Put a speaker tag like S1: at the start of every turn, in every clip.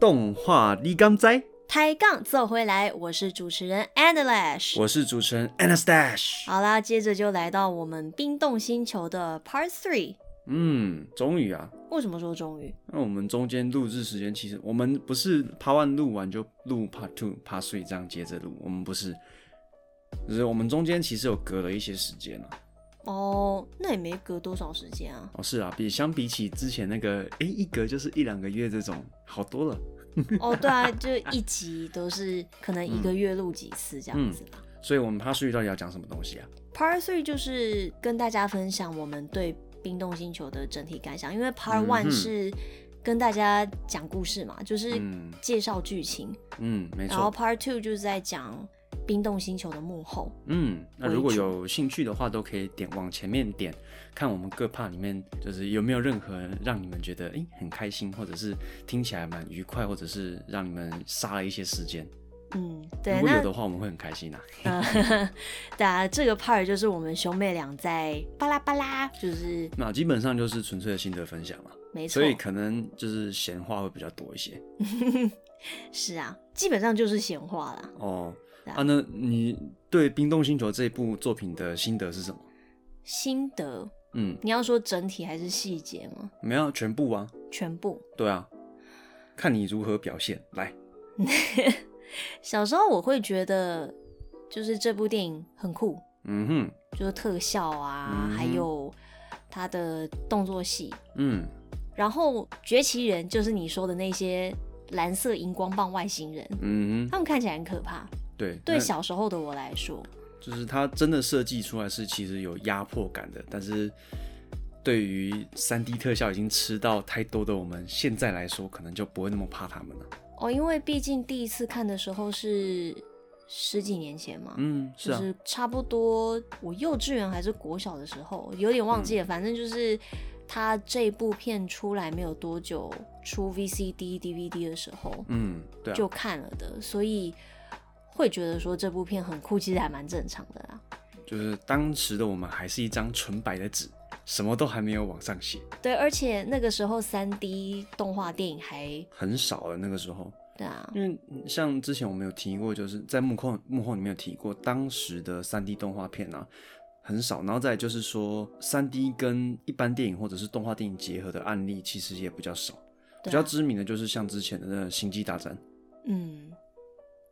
S1: 动画你敢知？
S2: 抬杠走回来，我是主持人 Andalash。
S1: 我是主持人 Anastash。
S2: 好啦，接着就来到我们冰冻星球的 Part Three。
S1: 嗯，终于啊，
S2: 为什么说终于？
S1: 那我们中间录制时间其实我们不是 Part One 录完就录 Part Two、Part Three 这样接着录，我们不是，就是我们中间其实有隔了一些时间啊。
S2: 哦，那也没隔多少时间 啊。
S1: 哦，是啊，比相比起之前那个，诶，一隔就是一两个月这种，好多了。
S2: 哦，对啊，就一集都是可能一个月录几次这样子啦。
S1: 所以我们 Part Three 到底要讲什么东西啊？
S2: Part Three 就是跟大家分享我们对《冰冻星球》的整体感想，因为 Part
S1: 嗯
S2: One
S1: 哼
S2: 是跟大家讲故事嘛，就是
S1: 嗯
S2: 介绍剧情，
S1: 嗯，没
S2: 然后
S1: 错。
S2: Part Two 就是在讲《冰冻星球》的幕后。
S1: 嗯，那
S2: 为
S1: 如果
S2: 主
S1: 有兴趣的话，都可以点往前面点，看我们各 part 里面就是有没有任何让你们觉得诶很开心，或者是听起来蛮愉快，或者是让你们杀了一些时间。
S2: 嗯，对，
S1: 如果有
S2: 那
S1: 的话，我们会很开心啊。
S2: 呃， 对啊，这个 part 就是我们兄妹俩在巴拉巴拉，就是
S1: 那基本上就是纯粹的心得分享了，
S2: 没错
S1: 所，以可能就是闲话会比较多一些。
S2: 是啊，基本上就是闲话啦。
S1: 哦，
S2: 对啊
S1: 啊，那你对《冰冻星球》这部作品的心得是什么？
S2: 心得，
S1: 嗯，
S2: 你要说整体还是细节吗？
S1: 没有啊全部啊，
S2: 全部。
S1: 对啊，看你如何表现。来，
S2: 小时候我会觉得，就是这部电影很酷，
S1: 嗯哼，
S2: 就是特效啊，
S1: 嗯
S2: 还有它的动作戏。
S1: 嗯，
S2: 然后崛起人就是你说的那些蓝色荧光棒外星人，
S1: 嗯哼，
S2: 他们看起来很可怕。
S1: 对
S2: 对
S1: 那
S2: 小时候的我来说，
S1: 就是它真的设计出来是其实有压迫感的，但是对于三 D 特效已经吃到太多的我们现在来说，可能就不会那么怕他们了。
S2: 哦，因为毕竟第一次看的时候是十几年前嘛，
S1: 嗯，是
S2: 就
S1: 啊，
S2: 是差不多我幼稚园还是国小的时候，有点忘
S1: 嗯
S2: 记了。反正就是他这部片出来没有多久，出 VCD、DVD 的时候
S1: 嗯，对啊，
S2: 就看了的，所以会觉得说这部片很酷，其实还蛮正常的啦。
S1: 就是当时的我们还是一张纯白的纸，什么都还没有往上写，
S2: 对，而且那个时候三 D 动画电影还
S1: 很少了那个时候。
S2: 对啊，
S1: 因为像之前我们有提过，就是在幕后幕后里面有提过，当时的三 D 动画片啊很少，然后再来就是说三 D 跟一般电影或者是动画电影结合的案例其实也比较少，比
S2: 对
S1: 较
S2: 啊，
S1: 知名的就是像之前的那个《星际大战》，
S2: 嗯，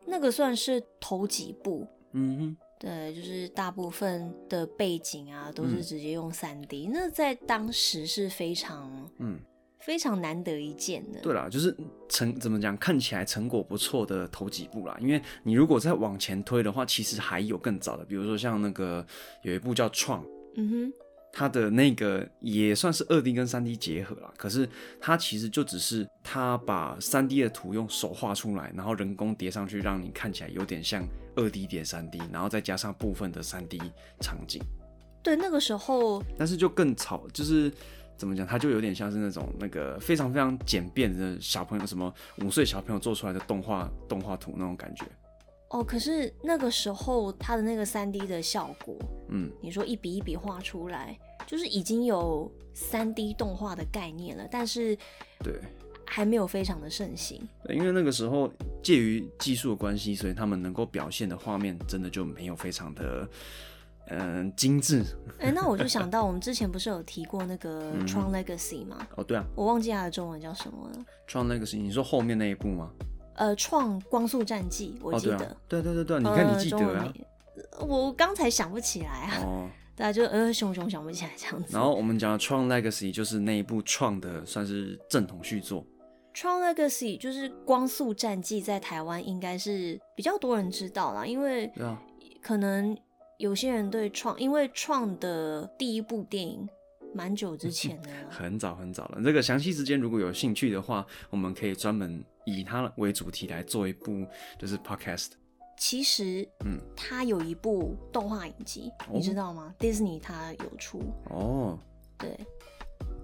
S2: 那个算是头几部，
S1: 嗯
S2: 对，就是大部分的背景啊，都是
S1: 嗯
S2: 直接用三 D，、那在当时是非常
S1: 哼，嗯，
S2: 非常难得一见的。
S1: 对啦，就是成怎么讲，看起来成果不错的头几部啦，因为你如果再往前推的话，其实还有更早的，比如说像那个有一部叫《创》。
S2: 嗯
S1: 它的那个也算是二 D 跟三 D 结合啦，可是它其实就只是它把三 D 的图用手画出来，然后人工叠上去，让你看起来有点像二 D 叠三 D，然后再加上部分的三 D 场景，
S2: 哼，对，那个时候
S1: 但是就更吵，就是。怎么讲？它就有点像是那种那个非常非常简便的小朋友，什么五岁小朋友做出来的动画动画图那种感觉。
S2: 哦，可是那个时候它的那个三 D 的效果，
S1: 嗯，
S2: 你说一笔一笔画出来，就是已经有三 D 动画的概念了，但是
S1: 对。
S2: 还没有非常的 盛行。
S1: 对，因为那个时候介于技术的关系，所以他们能够表现的画面真的就没有非常的嗯、精致
S2: 哎、那我就想到我们之前不是有提过那个
S1: 嗯
S2: 《Tron Legacy》吗？
S1: 哦。对啊，
S2: 我忘记它的中文叫什么了。
S1: 创那个是你说后面那一部吗？
S2: 呃，《创光速战记》，我
S1: 哦，
S2: 记
S1: 对
S2: 得
S1: 啊。，对啊对啊对啊对啊，你看你记
S2: 呃中
S1: 得
S2: 文
S1: 啊。
S2: 没呃我刚才想不起来啊，
S1: 哦，
S2: 大家就呃熊熊想不起来这样子。
S1: 然后我们讲的《创 Legacy》就是那一部创的算是正统续作，
S2: Tron Legacy 就是《光速战记》，在台湾应该是比较多人知道啦，因为
S1: 对啊，
S2: 可能有些人对创，因为创的第一部电影蛮久之前 的了。
S1: 很早很早了。这个详细时间如果有兴趣的话，我们可以专门以它为主题来做一部就是 podcast。
S2: 其实，
S1: 嗯，
S2: 它有一部动画影集，
S1: 哦
S2: 你知道吗？Disney 它有出，
S1: 哦
S2: 对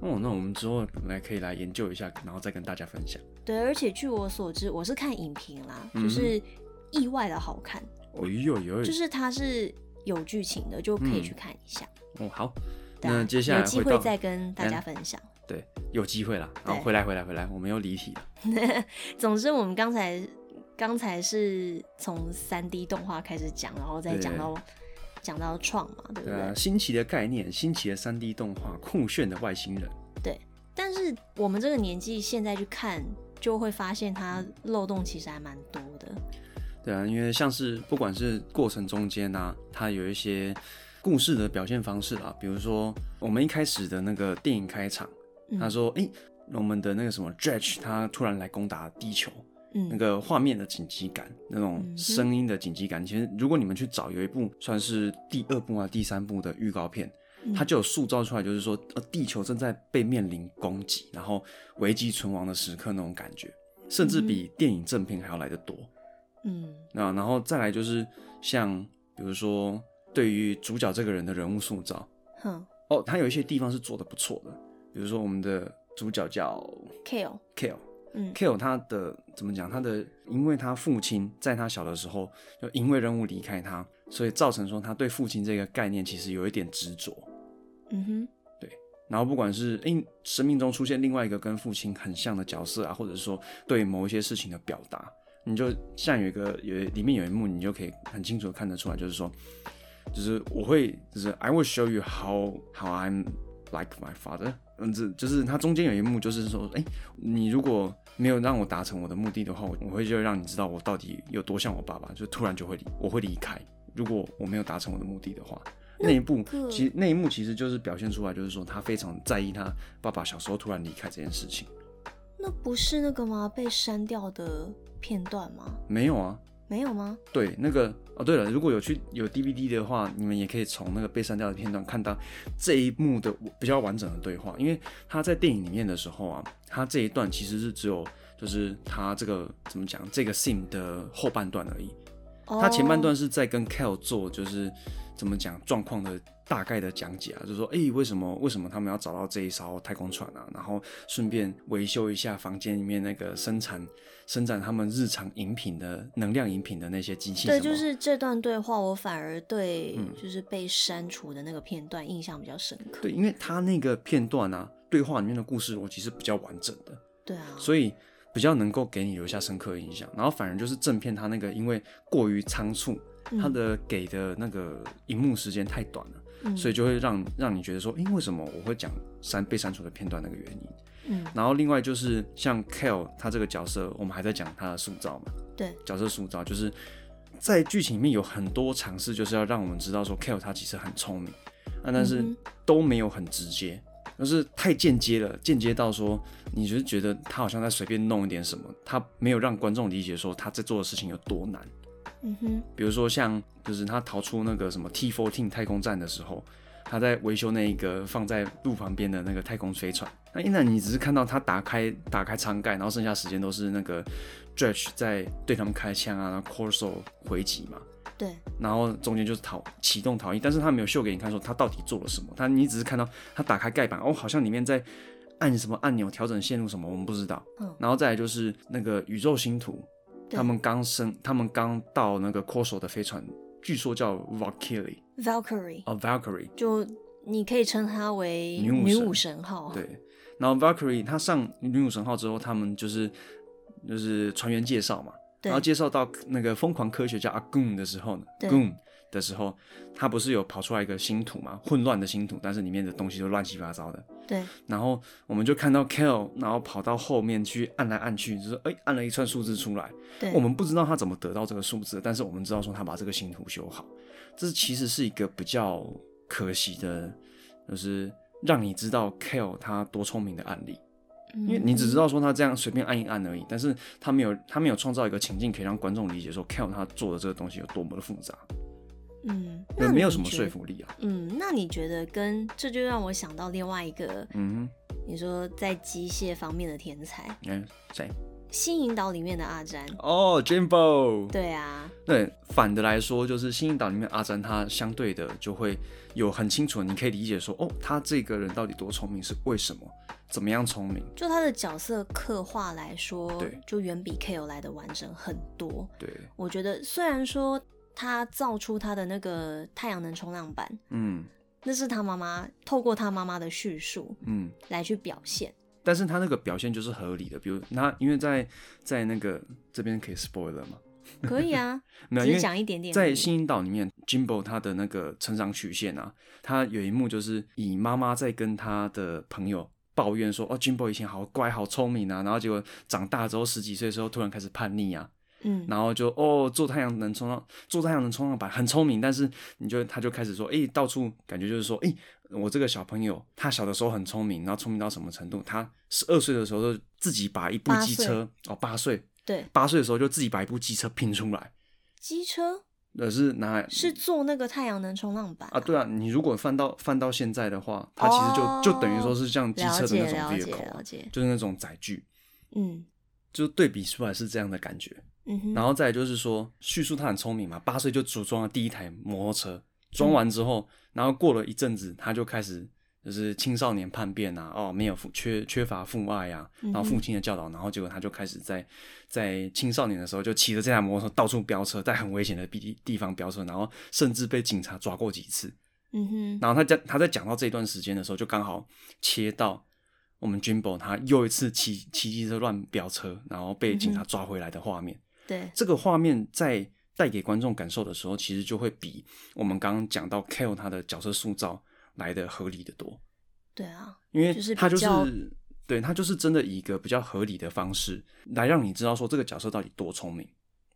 S1: 哦，那我们之后来可以来研究一下，然后再跟大家分享。
S2: 对，而且据我所知，我是看影评啦，
S1: 嗯哼
S2: 就是意外的好看。
S1: 哦呦呦，
S2: 就是它是有剧情的，就可以去看一下。
S1: 哦好，
S2: 对
S1: 嗯
S2: 啊
S1: 那接下来
S2: 有机
S1: 回
S2: 会
S1: 到嗯
S2: 再跟大家分享。
S1: 对，有机会啦。然后
S2: 对
S1: 回来回来回来，我们又离题了。
S2: 总之，我们刚才刚才是从三 D 动画开始讲，然后再
S1: 对
S2: 讲到讲到创嘛，对
S1: 对
S2: 不对？
S1: 啊，新奇的概念，新奇的三 D 动画，酷炫的外星人。
S2: 但是我们这个年纪现在去看，就会发现它漏洞其实还蛮多的。
S1: 对啊，因为像是不管是过程中间啊，它有一些故事的表现方式啦，比如说我们一开始的那个电影开场，
S2: 嗯
S1: 他说：“哎、我们的那个什么 Dredge，他突然来攻打地球，
S2: 嗯，
S1: 那个画面的紧急感，那种
S2: 嗯哼
S1: 声音的紧急感。其实如果你们去找，有一部算是第二部啊、第三部的预告片，
S2: 嗯
S1: 它就有塑造出来，就是说，呃，地球正在被面临攻击，然后危机存亡的时刻那种感觉，甚至比电影正片还要来得多。
S2: 嗯
S1: 那然后再来就是像，比如说对于主角这个人的人物塑造，
S2: 哼
S1: 哦，他有一些地方是做的不错的，比如说我们的主角叫
S2: Kale，
S1: Kale。
S2: 嗯
S1: Kale 他的怎么讲？他的因为他父亲在他小的时候就因为任务离开他，所以造成说他对父亲这个概念其实有一点执着。
S2: 嗯哼
S1: 然后不管是因生命中出现另外一个跟父亲很像的角色啊，或者说对某一些事情的表达，你就像有一个有里面有一幕，你就可以很清楚地看得出来，就是说，就是我会就是 I will show you how how I'm like my father。嗯，这就是它中间有一幕，就是说，哎，你如果没有让我达成我的目的的话，我我会就让你知道我到底有多像我爸爸，就突然就会离，我会离开。如果我没有达成我的目的的话，那一步
S2: 个
S1: 其实那一幕其实就是表现出来，就是说他非常在意他爸爸小时候突然离开这件事情。
S2: 那不是那个吗？被删掉的片段吗？
S1: 没有啊，
S2: 没有吗？
S1: 对，那个哦，对了，如果有去有 DVD 的话，你们也可以从那个被删掉的片段看到这一幕的比较完整的对话，因为他在电影里面的时候啊，他这一段其实是只有就是他这个怎么讲这个 scene 的后半段而已，
S2: 哦
S1: 他前半段是在跟 Kel 做就是怎么讲状况的大概的讲解啊，就说诶、为什么为什么他们要找到这一艘太空船啊，然后顺便维修一下房间里面那个生产生产他们日常饮品的能量饮品的那些机器什
S2: 对，
S1: 么，
S2: 就是这段对话，我反而对
S1: 嗯
S2: 就是被删除的那个片段印象比较深刻。
S1: 对因为他那个片段啊，对话里面的故事逻辑是比较完整的，
S2: 对啊，
S1: 所以比较能够给你留下深刻的印象。然后反而就是正片它那个因为过于仓促，它的给的那个荧幕时间太短了。
S2: 嗯
S1: 所以就会让让你觉得说，诶，为什么我会讲删被删除的片段那个原因？
S2: 嗯
S1: 然后另外就是像 Kale 他这个角色，我们还在讲他的塑造嘛，
S2: 对，
S1: 角色塑造就是在剧情里面有很多尝试，就是要让我们知道说 Kale 他其实很聪明啊，但是
S2: 嗯
S1: 都没有很直接。就是太间接了，间接到说，你就是觉得他好像在随便弄一点什么，他没有让观众理解说他在做的事情有多难。
S2: 嗯哼，
S1: 比如说像就是他逃出那个什么 T fourteen 太空站的时候，他在维修那一个放在路旁边的那个太空飞船。那那你只是看到他打开打开舱盖，然后剩下时间都是那个 Dredge 在对他们开枪啊，然后 Corso 回击嘛。
S2: 对，
S1: 然后中间就是逃启动逃逸，但是他没有秀给你看说他到底做了什么，他你只是看到他打开盖板，哦，好像里面在按什么按钮调整线路什么，我们不知道。
S2: 嗯
S1: 然后再来就是那个宇宙星图，
S2: 对
S1: 他们刚升，他们刚到那个 Corso 的飞船，据说叫 Valkyrie
S2: Valkyrie，、
S1: 哦 Valkyrie，
S2: 就你可以称它为
S1: 女武神
S2: 武神号。
S1: 对。然后 Valkyrie 他上女武神号之后，他们就是就是船员介绍嘛，
S2: 对
S1: 然后介绍到那个疯狂科学家阿 Goon 的时候呢
S2: 对
S1: ，Goon 的时候，他不是有跑出来一个星图嘛，混乱的星图，但是里面的东西都乱七八糟的。
S2: 对
S1: 然后我们就看到 Kel，然后跑到后面去按来按去，就是哎、按了一串数字出来，
S2: 对，
S1: 我们不知道他怎么得到这个数字，但是我们知道说他把这个星图修好，这其实是一个比较可惜的，就是让你知道 Kale 他多聪明的案例，
S2: 嗯
S1: 因为你只知道说他这样随便按一按而已，但是他没有他没有创造一个情境可以让观众理解说 Kale 他做的这个东西有多么的复杂，
S2: 嗯，嗯
S1: 那
S2: 那
S1: 没有
S2: 你
S1: 什么
S2: 觉
S1: 说
S2: 得
S1: 服力啊。
S2: 嗯，那你觉得跟这就让我想到另外一个，
S1: 嗯
S2: 你说在机械方面的天才，《
S1: 哼，哎，谁？
S2: 新引导》里面的阿詹。
S1: 哦，Jimbo。
S2: 对啊，
S1: 对，反的来说，就是《新引导》里面阿詹他相对的就会有很清楚，你可以理解说，哦，他这个人到底多聪明，是为什么，怎么样聪明？
S2: 就他的角色刻画来说
S1: 对，
S2: 就远比 K.O. 来的完整很多。
S1: 对，
S2: 我觉得虽然说他造出他的那个太阳能冲浪板，
S1: 嗯，
S2: 那是他妈妈透过他妈妈的叙述
S1: 嗯，
S2: 来去 表现。
S1: 但是他那个表现就是合理的，比如他因为在在那个这边可以 spoiler 嘛，
S2: 可以啊，
S1: 没有，因
S2: 只是
S1: 为
S2: 讲一点点而已。
S1: 在《星岛》里面，Jimbo 他的那个成长曲线啊，他有一幕就是以妈妈在跟他的朋友抱怨说：“哦，Jimbo 以前好乖、好聪明啊，然后结果长大之后十几岁的时候突然开始叛逆啊，
S2: 嗯，
S1: 然后就哦，做太阳能冲浪，做太阳能冲浪板很聪明，但是你就他就开始说，诶，到处感觉就是说，诶，我这个小朋友他小的时候很聪明，然后聪明到什么程度？他十二岁的时候就自己把一部
S2: 八
S1: 机
S2: 岁
S1: 车哦，八岁
S2: 对，
S1: 八岁的时候就自己把一部机车拼出来，
S2: 机车
S1: 而是拿来
S2: 是做那个太阳能冲浪板
S1: 啊，对啊，你如果翻到翻到现在的话，它其实就、就等于说是像机
S2: 了
S1: 车的
S2: 解
S1: 那种
S2: 哦了解
S1: vehicle，啊
S2: 了解，
S1: 就是那种载具，
S2: 嗯
S1: 就对比出来是这样的感觉。
S2: 嗯哼，
S1: 然后再来就是说，叙述他很聪明嘛，八岁就组装了第一台摩托车，装完之后，然后过了一阵子，他就开始就是青少年叛变啊，哦，没有父缺缺乏父爱啊，
S2: 嗯
S1: 然后父亲的教导，然后结果他就开始在在青少年的时候就骑着这台摩托车到处飙车，在很危险的地地方飙车，然后甚至被警察抓过几次。
S2: 嗯哼，
S1: 然后他讲他在讲到这段时间的时候，就刚好切到我们 Jimbo 他又一次骑骑机车乱飙车，然后被
S2: 嗯
S1: 警察抓回来的画面。
S2: 对，
S1: 这个画面在带给观众感受的时候，其实就会比我们刚刚讲到 Kale 他的角色塑造来的合理的多，
S2: 对啊，
S1: 因为
S2: 就是比
S1: 他就是。
S2: 较
S1: 对他就是真的以一个比较合理的方式来让你知道说这个角色到底多聪明。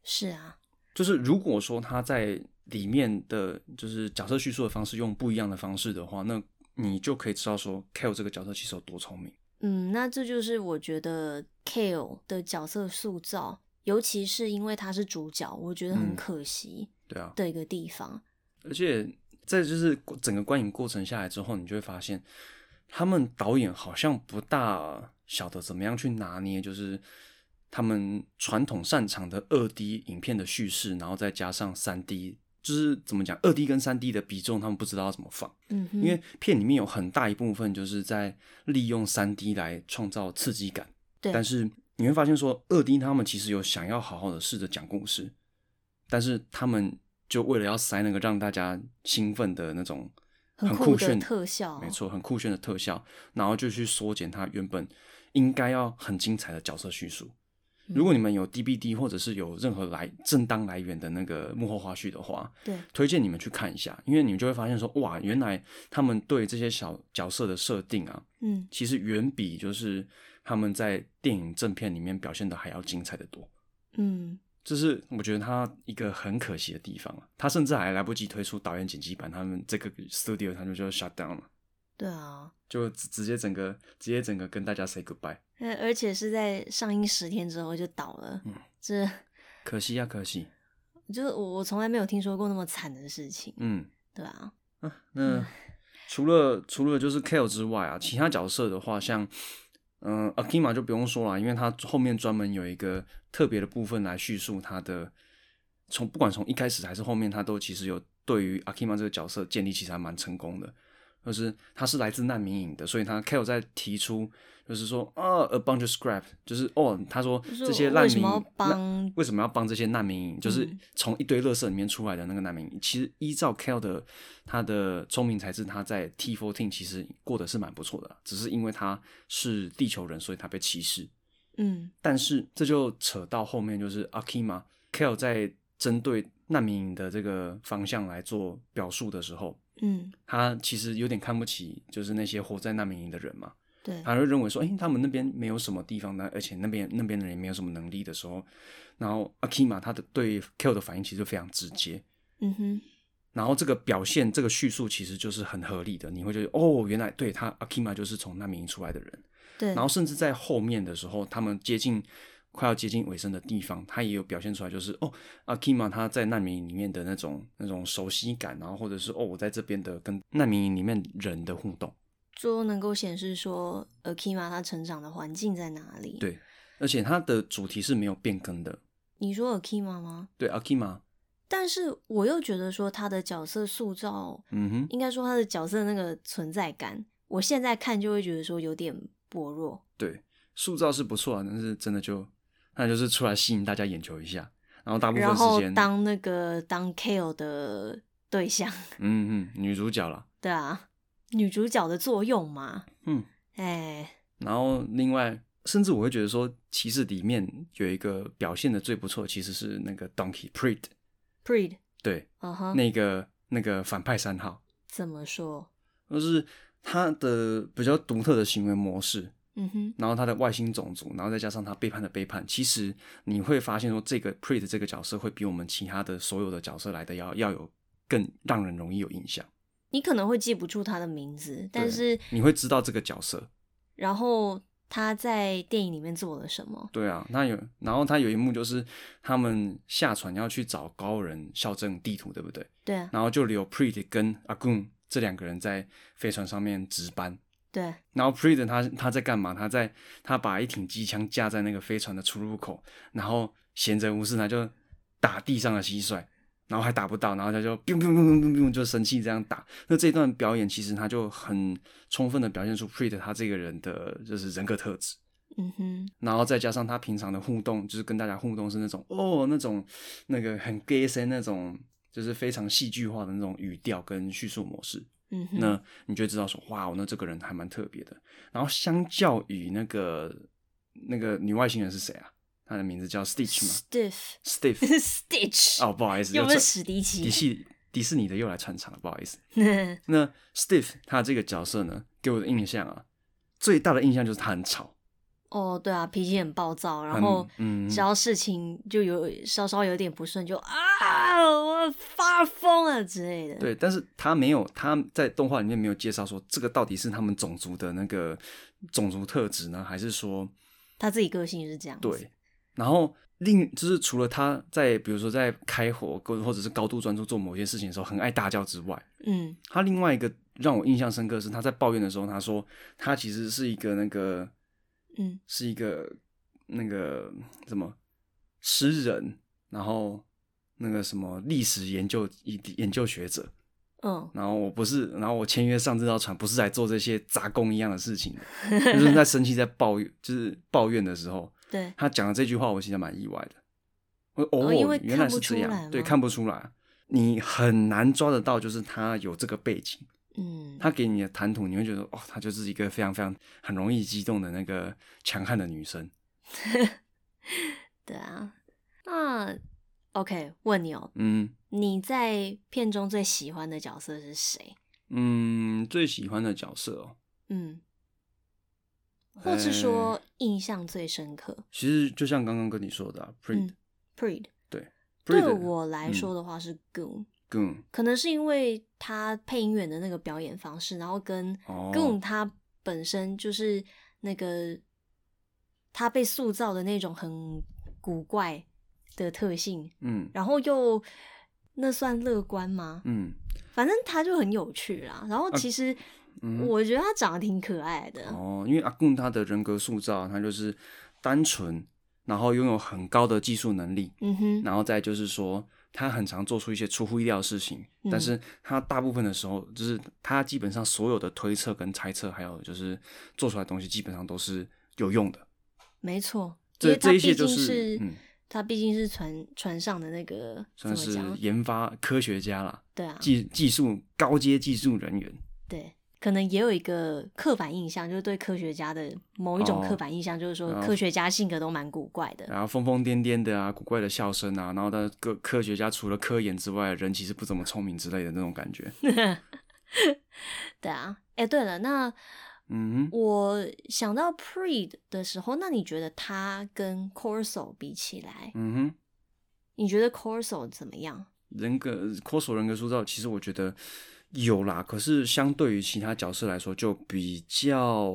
S2: 是啊，
S1: 就是如果说他在里面的就是角色叙述的方式用不一样的方式的话，那你就可以知道说 Kale 这个角色其实有多聪明。
S2: 嗯，那这就是我觉得 Kale 的角色塑造，尤其是因为他是主角，我觉得很
S1: 嗯
S2: 可惜
S1: 对啊，
S2: 的一个地方。
S1: 而且在就是整个观影过程下来之后，你就会发现，他们导演好像不大晓得怎么样去拿捏，就是他们传统擅长的二 D 影片的叙事，然后再加上三 D，就是怎么讲，二 D 跟三 D 的比重，他们不知道要怎么放。
S2: 嗯哼，
S1: 因为片里面有很大一部分就是在利用三 D 来创造刺激感，
S2: 对
S1: 但是你会发现说，二 D 他们其实有想要好好的试着讲故事，但是他们就为了要塞那个让大家兴奋的那种
S2: 很酷
S1: 酷
S2: 的
S1: 炫
S2: 特效
S1: 没错，很酷炫的特效，然后就去缩减它原本应该要很精彩的角色叙述。如
S2: 嗯
S1: 果你们有 DVD 或者是有任何来正当来源的那个幕后花絮的话，
S2: 对，
S1: 推荐你们去看一下，因为你们就会发现说，哇，原来他们对这些小角色的设定啊，
S2: 嗯，
S1: 其实远比就是他们在电影正片里面表现的还要精彩的多。
S2: 嗯，
S1: 这是我觉得他一个很可惜的地方啊，他甚至还来不及推出导演剪辑版，他们这个 studio 他们就 shut down 了，
S2: 对啊，
S1: 就直直接整个直接整个跟大家 say goodbye。
S2: 呃而且是在上映十天之后就倒了，
S1: 嗯
S2: 这
S1: 可惜呀、可惜。
S2: 就是我我从来没有听说过那么惨的事情，
S1: 嗯，
S2: 对啊，
S1: 啊，那除了除了就是 Kale 之外啊，其他角色的话，像嗯、呃、Akima 就不用说了，因为他后面专门有一个特别的部分来叙述他的，从不管从一开始还是后面，他都其实有对于 Akima 这个角色建立其实还蛮成功的。就是他是来自难民营的，所以他 Kale 在提出，就是说啊，a bunch of scrap，就是哦，他说
S2: 就是
S1: 这些
S2: 我
S1: 难
S2: 为
S1: 民
S2: 什么要
S1: 难
S2: 帮
S1: 为什么要帮这些难民营？就是
S2: 嗯
S1: 从一堆垃圾里面出来的那个难民营。其实依照 Kell 的他的聪明才智，他在 T fourteen 其实过得是蛮不错的啦，只是因为他是地球人，所以他被歧视。
S2: 嗯
S1: 但是这就扯到后面，就是 Akima Kell 在针对难民营的这个方向来做表述的时候，
S2: 嗯，
S1: 他其实有点看不起，就是那些活在难民营的人嘛。
S2: 对，
S1: 他就认为说，哎、他们那边没有什么地方呢，而且那边那边的人也没有什么能力的时候，然后 Akima 他的对 Kill 的反应其实非常直接，
S2: 嗯哼，
S1: 然后这个表现这个叙述其实就是很合理的，你会觉得哦，原来对他 Akima 就是从难民营出来的人，
S2: 对，
S1: 然后甚至在后面的时候，他们接近。快要接近尾声的地方，他也有表现出来，就是哦，Akima 他在难民营里面的那种那种熟悉感，然后或者是哦，我在这边的跟难民营里面人的互动，
S2: 最后能够显示说 Akima 他成长的环境在哪里，
S1: 对，而且它的主题是没有变更的，
S2: 你说 Akima 吗？
S1: 对，Akima，
S2: 但是我又觉得说他的角色塑造，
S1: 嗯哼，
S2: 应该说他的角色那个存在感，我现在看就会觉得说有点薄弱。
S1: 对，塑造是不错啊，但是真的就那就是出来吸引大家眼球一下，然后大部分
S2: 然后
S1: 时间
S2: 当那个当 Kale 的对象，
S1: 嗯嗯，女主角啦，
S2: 对啊，女主角的作用嘛，
S1: 嗯，
S2: 哎，
S1: 然后另外，甚至我会觉得说，骑士里面有一个表现的最不错，其实是那个 Donkey Prit，
S2: breed，
S1: 对，
S2: 嗯哼，
S1: 那个那个反派三号，
S2: 怎么说？
S1: 就是他的比较独特的行为模式，
S2: 嗯哼，
S1: 然后他的外星种族，然后再加上他背叛的背叛，其实你会发现说，这个 Prit 这个角色会比我们其他的所有的角色来的要要有更让人容易有印象，
S2: 你可能会记不住他的名字，但
S1: 对
S2: 是
S1: 你会知道这个角色，
S2: 然后他在电影里面做了什么？
S1: 对啊，那有，然后他有一幕就是他们下船要去找高人校正地图，对不对？
S2: 对啊，
S1: 然后就留 Preet 跟 Agun 这两个人在飞船上面值班。
S2: 对，啊
S1: 然后 Preet 他他在干嘛？他在他把一挺机枪架在那个飞船的出入口，然后闲着无事他就打地上的蟋蟀，然后还打不到，然后他就 biu biu biu biu biu biu 就生气这样打。那这段表演其实他就很充分的表现出 Preet 他这个人的就是人格特质。
S2: 嗯哼，
S1: 然后再加上他平常的互动，就是跟大家互动是那种哦，那种那个很 gay 森那种，就是非常戏剧化的那种语调跟叙述模式。
S2: 嗯哼，
S1: 那你就会知道说，哇，哦那这个人还蛮特别的。然后相较于那个那个女外星人是谁啊？她的名字叫 Stitch 吗
S2: Stiff
S1: ？Steve。
S2: Stitch，
S1: 哦，不好意思，
S2: 又不是
S1: 又
S2: 史迪奇
S1: 迪士迪士尼的又来串场了，不好意思。
S2: 嗯
S1: 那 Steve 他这个角色呢，给我的印象啊，最大的印象就是他很吵。
S2: 哦，对啊，脾气很暴躁，然后
S1: 嗯嗯
S2: 只要事情就有稍稍有点不顺，就啊，我发疯了之类的。
S1: 对，但是他没有，他在动画里面没有介绍说这个到底是他们种族的那个种族特质呢，还是说
S2: 他自己个性是这样子。
S1: 对？然后另就是除了他在比如说在开火或或者是高度专注做某些事情的时候很爱大叫之外，
S2: 嗯，
S1: 他另外一个让我印象深刻的是他在抱怨的时候，他说他其实是一个那个
S2: 嗯
S1: 是一个那个什么诗人，然后那个什么历史研究研究学者，
S2: 嗯
S1: 然后我不是，然后我签约上这条船不是来做这些杂工一样的事情的，就是在生气在抱怨，就是抱怨的时候，
S2: 对，
S1: 他讲的这句话，我其实蛮意外的。我哦，
S2: 哦因为
S1: 原来是
S2: 看不出
S1: 这
S2: 来吗
S1: 样，对，看不出来，你很难抓得到，就是他有这个背景，
S2: 嗯，
S1: 他给你的谈吐，你会觉得哦，她就是一个非常非常很容易激动的那个强悍的女生。
S2: 对啊。那 OK，问你哦，
S1: 嗯
S2: 你在片中最喜欢的角色是谁？
S1: 嗯，最喜欢的角色哦，
S2: 嗯，或是说
S1: 呃
S2: 印象最深刻？
S1: 其实就像刚刚跟你说的、啊、，Breed，、
S2: 嗯 Preed，
S1: Breed
S2: 对我
S1: 嗯
S2: 来说的话是 Goon，、
S1: 更
S2: 可能是因为他配音员的那个表演方式，然后跟
S1: 哦
S2: Goon 他本身就是那个他被塑造的那种很古怪的特性，
S1: 嗯
S2: 然后又那算乐观吗？
S1: 嗯
S2: 反正他就很有趣啦。然后其实
S1: 啊嗯
S2: 我觉得他长得挺可爱的，
S1: 哦，因为阿贡他的人格塑造，他就是单纯，然后拥有很高的技术能力，
S2: 嗯哼，
S1: 然后再就是说，他很常做出一些出乎意料的事情，但
S2: 嗯
S1: 是他大部分的时候，就是他基本上所有的推测跟猜测，还有就是做出来的东西，基本上都是有用的。
S2: 没错，因
S1: 这
S2: 为他
S1: 这一
S2: 毕
S1: 切
S2: 竟
S1: 就是嗯，
S2: 他毕竟是船船上的那个
S1: 算
S2: 怎么
S1: 是
S2: 讲？
S1: 研发科学家啦，
S2: 对啊，
S1: 技技术高阶技术人员。
S2: 对，可能也有一个刻板印象，就是对科学家的某一种
S1: 哦嗯
S2: 刻板印象，就是说
S1: 然后
S2: 科学家性格都蛮古怪的。
S1: 然后疯疯癫癫的啊，古怪的笑声啊，然后但科科学家除了科研之外，人其实不怎么聪明之类的那种感觉。
S2: 对啊，哎，对了，那
S1: 嗯哼，
S2: 我想到 Preed 的时候，那你觉得他跟 Corso 比起来，
S1: 嗯哼，
S2: 你觉得 Corso 怎么样？
S1: 人格科索人格塑造，其实我觉得有啦，可是相对于其他角色来说，就比较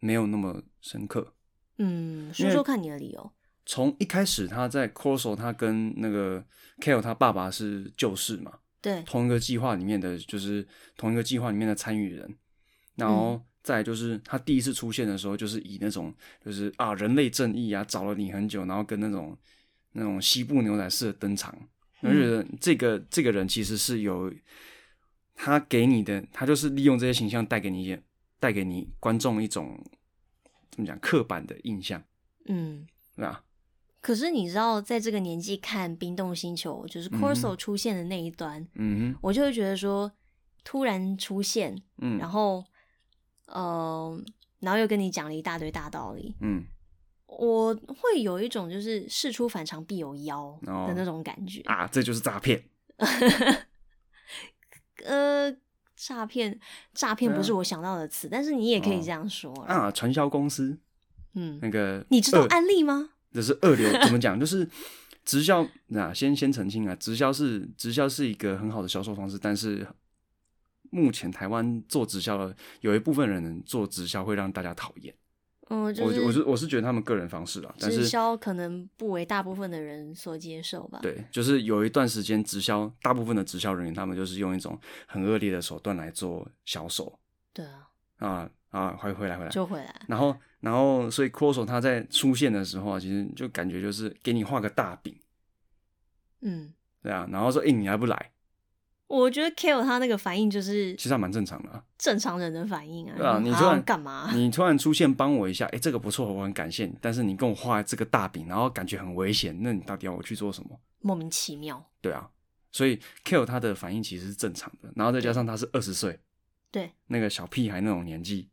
S1: 没有那么深刻。
S2: 嗯，
S1: 因
S2: 说
S1: 为
S2: 说看你的理由。
S1: 从一开始，他在 Corso，他跟那个 Kale 他爸爸是旧事嘛，
S2: 对，
S1: 同一个计划里面的，就是同一个计划里面的参与人。
S2: 嗯
S1: 然后再来就是他第一次出现的时候，就是以那种就是啊人类正义啊找了你很久，然后跟那种那种西部牛仔式的登场，我就觉得
S2: 嗯
S1: 这个这个人其实是有他给你的，他就是利用这些形象带给你一些带给你观众一种怎么讲刻板的印象，
S2: 嗯，
S1: 对吧？
S2: 可是你知道，在这个年纪看《冰冻星球》，就是 Corso 出现的那一段，
S1: 嗯哼，
S2: 我就会觉得说，突然出现，
S1: 嗯，
S2: 然后，呃，然后又跟你讲了一大堆大道理，
S1: 嗯，
S2: 我会有一种就是事出反常必有妖的那种感觉。
S1: 哦啊，这就是诈骗，
S2: 呃，诈骗，诈骗不是我想到的词，但是你也可以这样说啦。
S1: 啊，哎传销公司
S2: 嗯，
S1: 那个，
S2: 你知道案例吗？
S1: 这是二流，怎么讲？就是直销啊，先先澄清啊，直销是直销是一个很好的销售方式，但是目前台湾做直销的有一部分人做直销会让大家讨厌，
S2: 嗯，就
S1: 我我
S2: 是
S1: 是我是觉得他们个人方式啦，但
S2: 直
S1: 是
S2: 销可能不为大部分的人所接受吧。，
S1: 对，就是有一段时间直销，大部分的直销人员他们就是用一种很恶劣的手段来做销售
S2: 啊，
S1: 啊啊，回回来回来，
S2: 就回来。
S1: 然后然后所以 c o s o 他在出现的时候啊，其实就感觉就是给你画个大饼，
S2: 嗯，
S1: 对啊，然后说哎、你还不来，
S2: 我觉得 Kill 他那个反应就是
S1: 其实还蛮正常的、啊。
S2: 正常人的反嗯应啊。
S1: 对啊，你突
S2: 好
S1: 然
S2: 干嘛？
S1: 你突然出现帮我一下，哎、这个不错，我很感谢你。但是你跟我画这个大饼，然后感觉很危险，那你到底要我去做什么？
S2: 莫名其妙。
S1: 对啊，所以 Kill 他的反应其实是正常的，然后再加上他是二十岁，
S2: 对，
S1: 那个小屁孩那种年纪，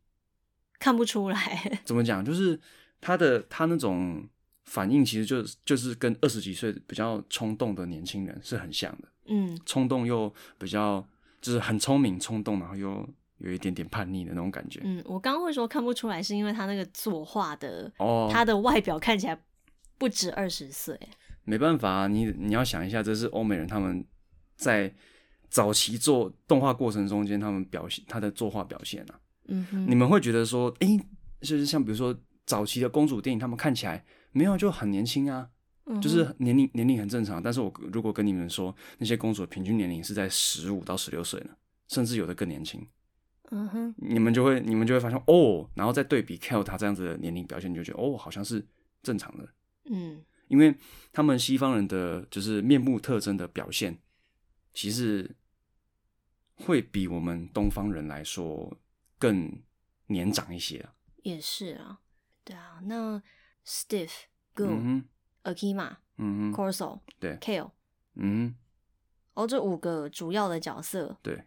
S2: 看不出来。
S1: 怎么讲？就是他的他那种反应，其实就是就是跟二十几岁比较冲动的年轻人是很像的，
S2: 嗯，
S1: 冲动又比较就是很聪明冲动，然后又有一点点叛逆的那种感觉。
S2: 嗯，我刚刚会说看不出来，是因为他那个作画的，
S1: 哦
S2: 他的外表看起来不止二十岁。
S1: 没办法、啊，你你要想一下，这是欧美人他们在早期做动画过程中间，他们表现他的作画表现啊，
S2: 嗯
S1: 你
S2: 哼，
S1: 们会觉得说，诶，就是像比如说早期的公主电影，他们看起来没有就很年轻啊，
S2: 嗯
S1: 就是年龄年龄很正常。但是我如果跟你们说，那些公主的平均年龄是在十五到十六岁呢，甚至有的更年轻，
S2: 哼嗯哼，
S1: 你们就会你们就会发现哦，然后再对比 Kel 他这样子的年龄表现，你就觉得哦，好像是正常的。
S2: 嗯
S1: 因为他们西方人的就是面部特征的表现，其实会比我们东方人来说更年长一些啊。
S2: 也是啊，对啊。那 Stiff、Goon、
S1: 嗯哼，
S2: Akima、
S1: 嗯哼，
S2: Corso、
S1: 对
S2: Kale，
S1: 嗯
S2: 哦，这五个主要的角色，
S1: 对，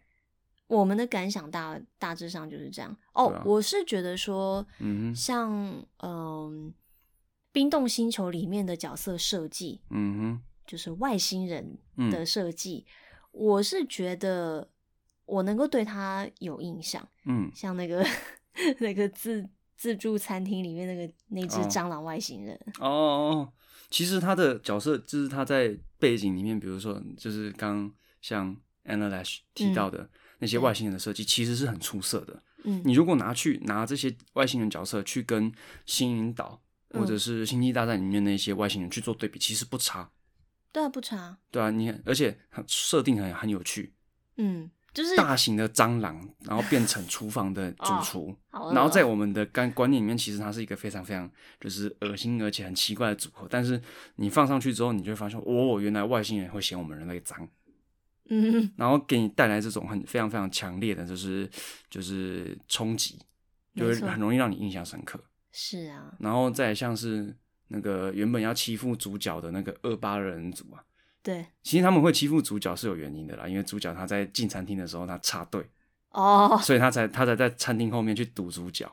S2: 我们的感想大大致上就是这样。哦，
S1: 对啊
S2: 我是觉得说，
S1: 哼，嗯哼，
S2: 像嗯，《冰冻星球》里面的角色设计，
S1: 嗯哼，
S2: 就是外星人
S1: 嗯
S2: 的设计，我是觉得我能够对他有印象，
S1: 嗯，
S2: 像那个 那个自自助餐厅里面那个那只
S1: 哦
S2: 蟑螂外星人，
S1: 哦哦哦，其实他的角色就是他在背景里面，比如说就是刚像 Anna Lash 提到的。那些外星人的设计其实是很出色的。
S2: 嗯
S1: 你如果拿去拿这些外星人角色去跟《星云岛》或者
S2: 嗯
S1: 是《星际大战》里面那些外星人去做对比，其实不差，
S2: 对啊，不差，
S1: 对啊，你而且很设定很很有趣，
S2: 嗯，就是
S1: 大型的蟑螂，然后变成厨房的主
S2: 哦
S1: 厨，
S2: 好
S1: 然后在
S2: 饿
S1: 我们的观观念里面，其实它是一个非常非常就是恶心而且很奇怪的组合，但是你放上去之后，你就会发现，哦，原来外星人会嫌我们人类脏，
S2: 嗯
S1: 然后给你带来这种很非常非常强烈的，就是就是冲击，就
S2: 没
S1: 会
S2: 错
S1: 很容易让你印象深刻。
S2: 是啊，
S1: 然后再像是那个原本要欺负主角的那个二八人组啊，
S2: 对
S1: 其实他们会欺负主角是有原因的啦，因为主角他在进餐厅的时候他插队，
S2: 哦
S1: 所以他才他才在餐厅后面去堵主角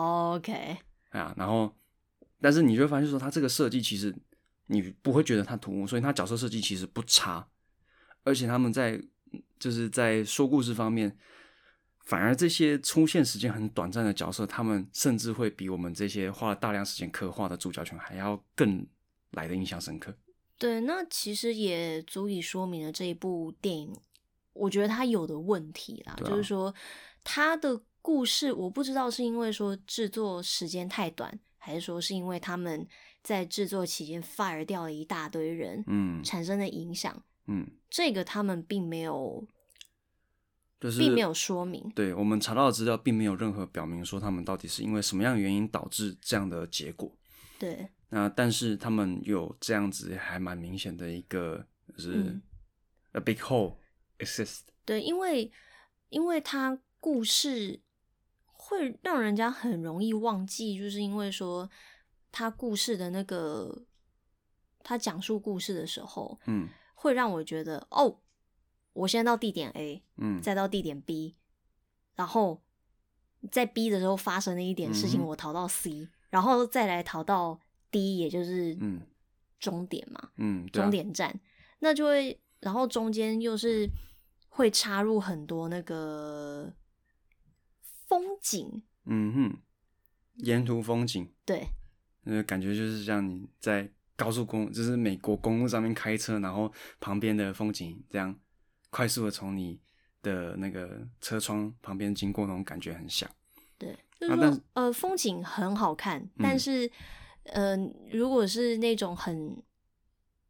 S2: ，OK，
S1: 啊。然后，但是你就会发现说他这个设计其实你不会觉得他突兀，所以他角色设计其实不差，而且他们在就是在说故事方面。反而这些出现时间很短暂的角色，他们甚至会比我们这些花了大量时间刻画的主角群还要更来的印象深刻。
S2: 对，那其实也足以说明了这一部电影，我觉得它有的问题啦，
S1: 对啊
S2: 就是说它的故事，我不知道是因为说制作时间太短，还是说是因为他们在制作期间 fire 掉了一大堆人，
S1: 嗯
S2: 产生的影响，
S1: 嗯，
S2: 这个他们并没有，
S1: 就是
S2: 并没有说明。
S1: 对我们查到的资料，并没有任何表明说他们到底是因为什么样的原因导致这样的结果。
S2: 对，
S1: 那但是他们有这样子还蛮明显的一个，就是、
S2: 嗯
S1: a big hole exist。
S2: 对，因为因为它故事会让人家很容易忘记，就是因为说它故事的那个他讲述故事的时候，
S1: 嗯
S2: 会让我觉得哦，我现在到地点 A，
S1: 嗯，
S2: 再到地点 B，然后在 B 的时候发生了一点事情，
S1: 嗯哼
S2: 我逃到 C，然后再来逃到 D，也就是
S1: 嗯
S2: 终点嘛，
S1: 嗯，对啊
S2: 终点站，那就会，然后中间又是会插入很多那个风景，
S1: 嗯哼，沿途风景，
S2: 对
S1: 呃，感觉就是像你在高速公，就是美国公路上面开车，然后旁边的风景这样快速的从你的那个车窗旁边经过，那种感觉很像。
S2: 对，就是
S1: 啊
S2: 说、
S1: 但是嗯
S2: 呃风景很好看，但是、呃如果是那种很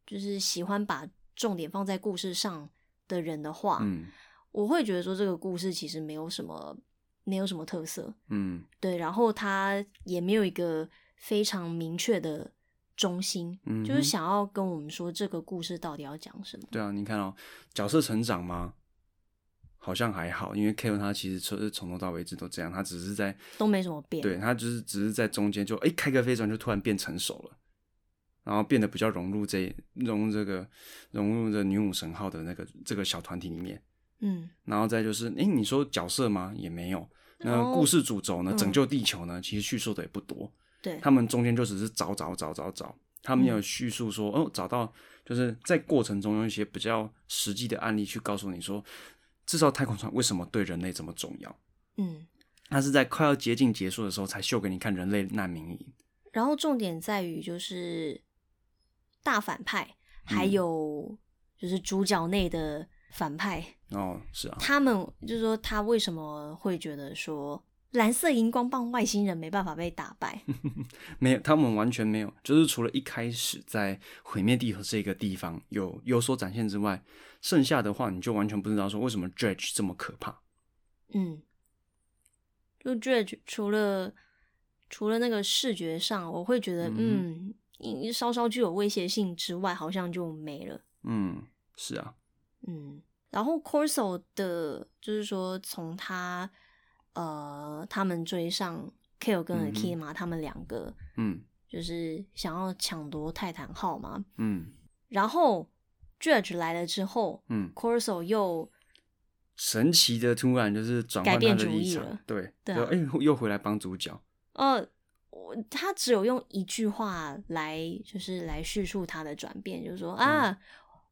S2: 就是喜欢把重点放在故事上的人的话，
S1: 嗯
S2: 我会觉得说这个故事其实没有什么没有什么特色，
S1: 嗯
S2: 对，然后它也没有一个非常明确的中心，
S1: 嗯哼，
S2: 就是想要跟我们说这个故事到底要讲什么。
S1: 对啊，你看哦，角色成长吗？好像还好，因为 K 他其实从从头到尾一直都这样，他只是在
S2: 都没什么变
S1: 对他就是只是在中间就哎、开个飞船就突然变成熟了，然后变得比较融入这融入这个融入这女武神号的那个这个小团体里面，
S2: 嗯，
S1: 然后再就是哎、诶你说角色吗？也没有。那
S2: 哦
S1: 故事主轴呢？
S2: 嗯
S1: 拯救地球呢？其实叙述的也不多，
S2: 对，
S1: 他们中间就只是找找找找找，他们有叙述说、哦，找到就是在过程中用一些比较实际的案例去告诉你说，制造太空船为什么对人类这么重要。
S2: 嗯，
S1: 它是在快要接近结束的时候才秀给你看人类难民营。
S2: 然后重点在于就是大反派，还
S1: 嗯
S2: 有就是主角内的反派，
S1: 哦，是啊，
S2: 他们就是说他为什么会觉得说蓝色荧光棒外星人没办法被打 败？
S1: 没有，他们完全没有，就是除了一开始在毁灭地球这个地方有有所展现之外，剩下的话你就完全不知道说为什么 Dredge 这么可怕。
S2: 嗯，就 Dredge 除了除了那个视觉上，我会觉得嗯
S1: 嗯，
S2: 嗯稍稍具有威胁性之外，好像就没了。
S1: 嗯，是啊，
S2: 嗯，然后 Corso 的，就是说从他呃，他们追上 Kill 跟
S1: 嗯哼
S2: Akima、他们两个，
S1: 嗯
S2: 就是想要抢夺泰坦号嘛。
S1: 嗯
S2: 然后 Judge 来了之后
S1: 嗯，
S2: ，Corso 又
S1: 神奇的突然就是转
S2: 改
S1: 换他
S2: 变
S1: 的
S2: 主
S1: 立
S2: 意
S1: 场
S2: 了，
S1: 对，
S2: 对
S1: 就
S2: 啊
S1: 哎、又回来帮主角。
S2: 呃，我他只有用一句话来，就是来叙述他的转变，就
S1: 嗯
S2: 是说啊，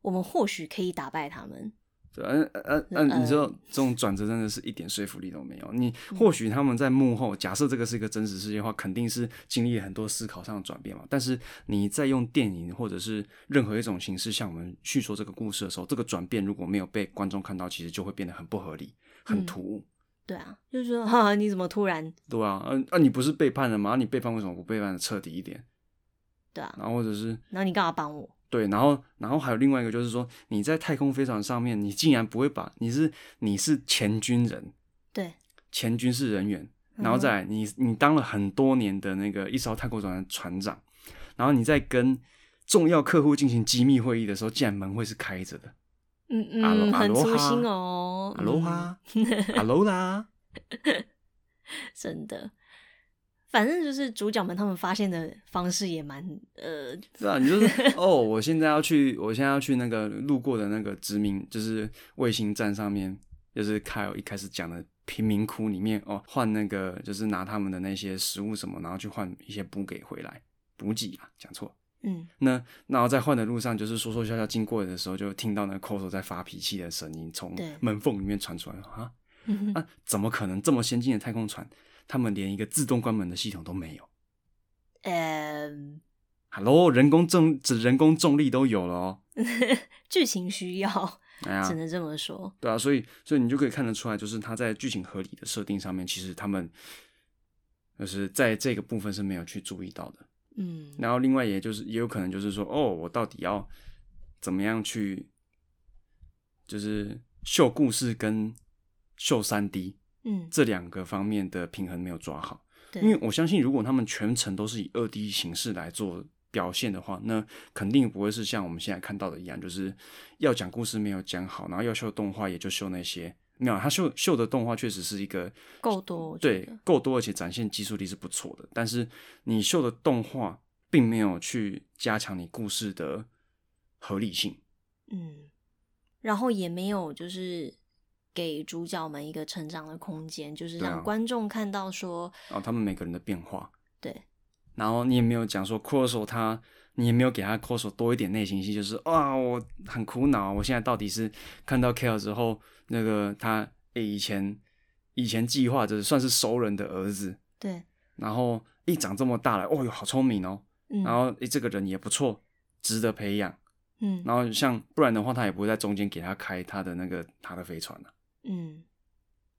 S2: 我们或许可以打败他们。
S1: 对，嗯嗯嗯，
S2: 呃
S1: 你知道这种转折真的是一点说服力都没有。你
S2: 嗯
S1: 或许他们在幕后，假设这个是一个真实世界的话，肯定是经历了很多思考上的转变嘛。但是你在用电影或者是任何一种形式向我们叙说这个故事的时候，这个转变如果没有被观众看到，其实就会变得很不合理、
S2: 嗯
S1: 很突兀，
S2: 对啊，就是说哈、你怎么突然
S1: 对吧、啊？嗯、啊，你不是背叛了吗？啊你背叛为什么不背叛的彻底一点？
S2: 对啊，
S1: 然后或者是
S2: 然后你干嘛帮我？
S1: 对，然后然后还有另外一个就是说，你在太空飞船上面，你竟然不会把你是你是前军人。
S2: 对，
S1: 前军事人员，然后
S2: 嗯
S1: 再来你你当了很多年的那个一艘泰国船的船长，然后你在跟重要客户进行机密会议的时候，竟然门会是开着的，
S2: 嗯
S1: 阿罗
S2: 嗯，
S1: 阿
S2: 很
S1: 罗
S2: 粗
S1: 哈
S2: 心哦，
S1: 阿罗
S2: 嗯
S1: 哈，阿罗啦，
S2: 真的。反正就是主角们他们发现的方式也蛮呃，
S1: 对啊，你就是哦，我现在要去，我现在要去那个路过的那个殖民，就是卫星站上面，就是凯尔一开始讲的贫民窟里面哦，换那个就是拿他们的那些食物什么，然后去换一些补给回来，补给啊，讲错。
S2: 嗯
S1: 那然后在换的路上，就是说说笑笑经过的时候，就听到那个 c o s 在发脾气的声音从
S2: 对
S1: 门缝里面传出来啊
S2: 嗯哼
S1: 啊！怎么可能这么先进的太空船，他们连一个自动关门的系统都没有
S2: 呃，
S1: ？Hello，人工重只人工重力都有了哦。
S2: 剧情需要，
S1: 哎呀
S2: 只，能这么说。
S1: 对啊，所以所以你就可以看得出来，就是他在剧情合理的设定上面，其实他们就是在这个部分是没有去注意到的。
S2: 嗯，
S1: 然后另外也就是也有可能就是说，哦，我到底要怎么样去，就是秀故事跟秀三 D
S2: 嗯，
S1: 这两个方面的平衡没有抓好。
S2: 对，
S1: 因为我相信，如果他们全程都是以二 D 形式来做表现的话，那肯定不会是像我们现在看到的一样，就是要讲故事没有讲好，然后要秀动画也就秀那些。没有，他秀秀的动画确实是一个
S2: 够多我觉
S1: 对
S2: 得，
S1: 够多，而且展现技术力是不错的。但是你秀的动画并没有去加强你故事的合理性。
S2: 嗯，然后也没有就是给主角们一个成长的空间，就是
S1: 对啊
S2: 让观众看到说，
S1: 然后他们每个人的变化，
S2: 对，
S1: 然后你也没有讲说 c o s o 他，你也没有给他 c o s o 多一点内心戏，就是啊，我很苦恼，我现在到底是看到 Kale 之后，那个他诶、以前以前计划着算是熟人的儿子，
S2: 对，
S1: 然后一长这么大了，哦哟，好聪明哦，
S2: 嗯，
S1: 然后诶、这个人也不错，值得培养。
S2: 嗯
S1: 然后像不然的话，他也不会在中间给他开他的那个他的飞船啊了、
S2: 嗯，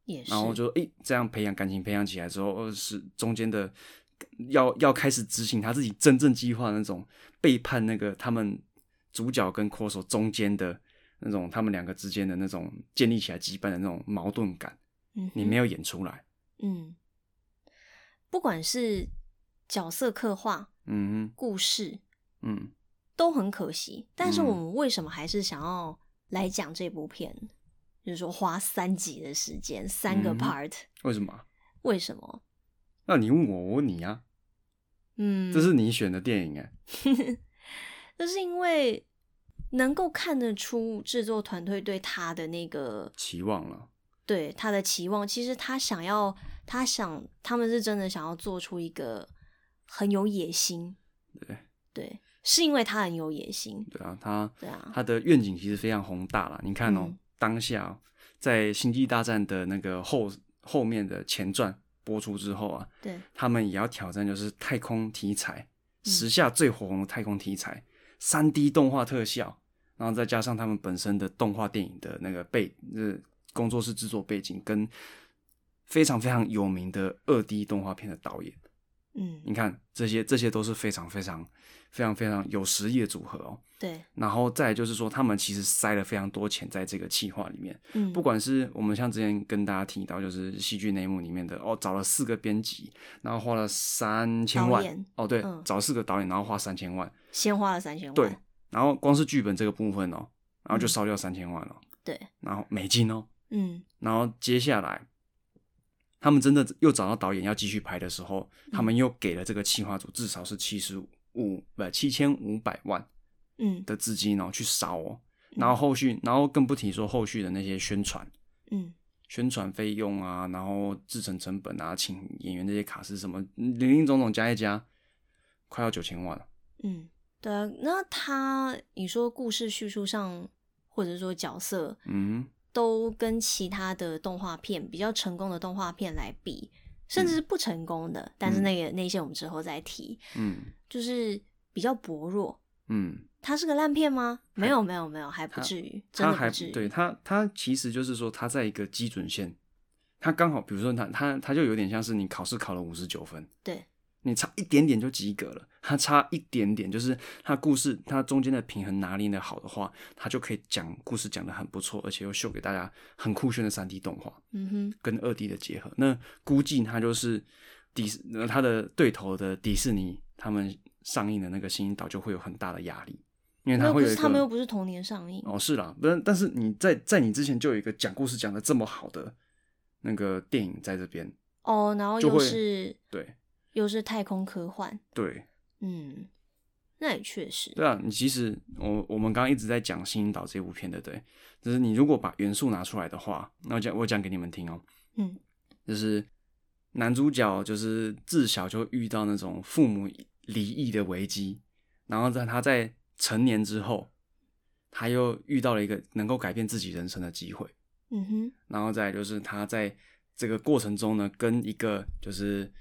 S2: 也是，
S1: 然后就诶、这样培养感情培养起来之后，呃，是中间的要要开始执行他自己真正计划的那种背叛那个他们主角跟 c o s o 中间的那种他们两个之间的那种建立起来羁绊的那种矛盾感，
S2: 嗯
S1: 你
S2: 哼
S1: 没有演出来。
S2: 嗯，不管是角色刻画、
S1: 嗯哼
S2: 故事，
S1: 嗯，
S2: 都很可惜。但是
S1: 嗯
S2: 我们为什么还是想要来讲这部片？就是说花三集的时间，三个
S1: 嗯
S2: part，、
S1: 为什么啊？
S2: 为什么？
S1: 那你问我，我问你啊，
S2: 嗯，
S1: 这是你选的电影哎、
S2: 就是因为能够看得出制作团队对他的那个
S1: 期望了。
S2: 对他的期望，其实他想要，他想他们是真的想要做出一个很有野心，
S1: 对
S2: 对，是因为他很有野心，
S1: 对啊，他
S2: 对啊
S1: 他的愿景其实非常宏大啦。你看哦，
S2: 嗯
S1: 当下哦、在《星际大战》的那个后后面的前传播出之后啊，
S2: 对，
S1: 他们也要挑战就是太空题材，
S2: 嗯
S1: 时下最火红的太空题材，三 D 动画特效，然后再加上他们本身的动画电影的那个背，呃，工作室制作背景跟非常非常有名的二 D 动画片的导演。
S2: 嗯，
S1: 你看，这些这些都是非常非常非常非常有实力的组合哦。
S2: 对，
S1: 然后再来就是说，他们其实塞了非常多钱在这个企划里面，
S2: 嗯，
S1: 不管是我们像之前跟大家提到，就是戏剧内幕里面的哦，找了四个编辑，然后花了三千
S2: 导演
S1: 万，哦对
S2: 嗯，
S1: 找四个导演，然后花三千万，
S2: 先花了三千万，
S1: 对，然后光是剧本这个部分哦，然后就
S2: 嗯
S1: 烧掉三千万哦，
S2: 对，
S1: 然后美金哦，
S2: 嗯
S1: 然后接下来。他们真的又找到导演要继续拍的时候，
S2: 嗯
S1: 他们又给了这个企划组至少是七十五不七千五百万，
S2: 嗯
S1: 的资金，然后去烧哦，
S2: 嗯
S1: 然后后续，然后更不提说后续的那些宣传、
S2: 嗯
S1: 宣传费用啊，然后制成成本啊，请演员这些卡司什么零零总总加一加，快要九千万了。
S2: 嗯，对啊，那他你说故事叙述上，或者说角色，
S1: 嗯，
S2: 都跟其他的动画片比较成功的动画片来比，甚至是不成功的，但是那个那些我们之后再提，
S1: 嗯
S2: 就是比较薄弱。
S1: 嗯，
S2: 它是个烂片吗？没有没有没有，还不至于，真
S1: 他
S2: 的
S1: 还
S2: 不至于。
S1: 对他他其实就是说他在一个基准线，他刚好比如说他他他就有点像是你考试考了五十九分，
S2: 对
S1: 你差一点点就及格了，他差一点点，就是他故事他中间的平衡拿捏的好的话，他就可以讲故事讲的很不错，而且又秀给大家很酷炫的三 D 动画
S2: 嗯哼，
S1: 跟二 D 的结合。那估计他就是迪士，呃他的对头的迪士尼，他们上映的那个《星星岛》就会有很大的压力，因为
S2: 那
S1: 他
S2: 又
S1: 会有
S2: 不
S1: 一
S2: 是
S1: 个
S2: 他们又不是同年上映，
S1: 哦，是啦，但但是你在在你之前就有一个讲故事讲的这么好的那个电影在这边，
S2: 哦，然后
S1: 就
S2: 又
S1: 会
S2: 是
S1: 对
S2: 又是太空科幻，
S1: 对，
S2: 嗯，那也确实，
S1: 对啊，你其实我我们刚刚一直在讲《星星岛》这部片，对不对？就是你如果把元素拿出来的话，那我讲我讲给你们听哦，
S2: 嗯
S1: 就是男主角就是自小就遇到那种父母离异的危机，然后在他在成年之后，他又遇到了一个能够改变自己人生的机会，
S2: 嗯哼，
S1: 然后再来就是他在这个过程中呢，跟一个就是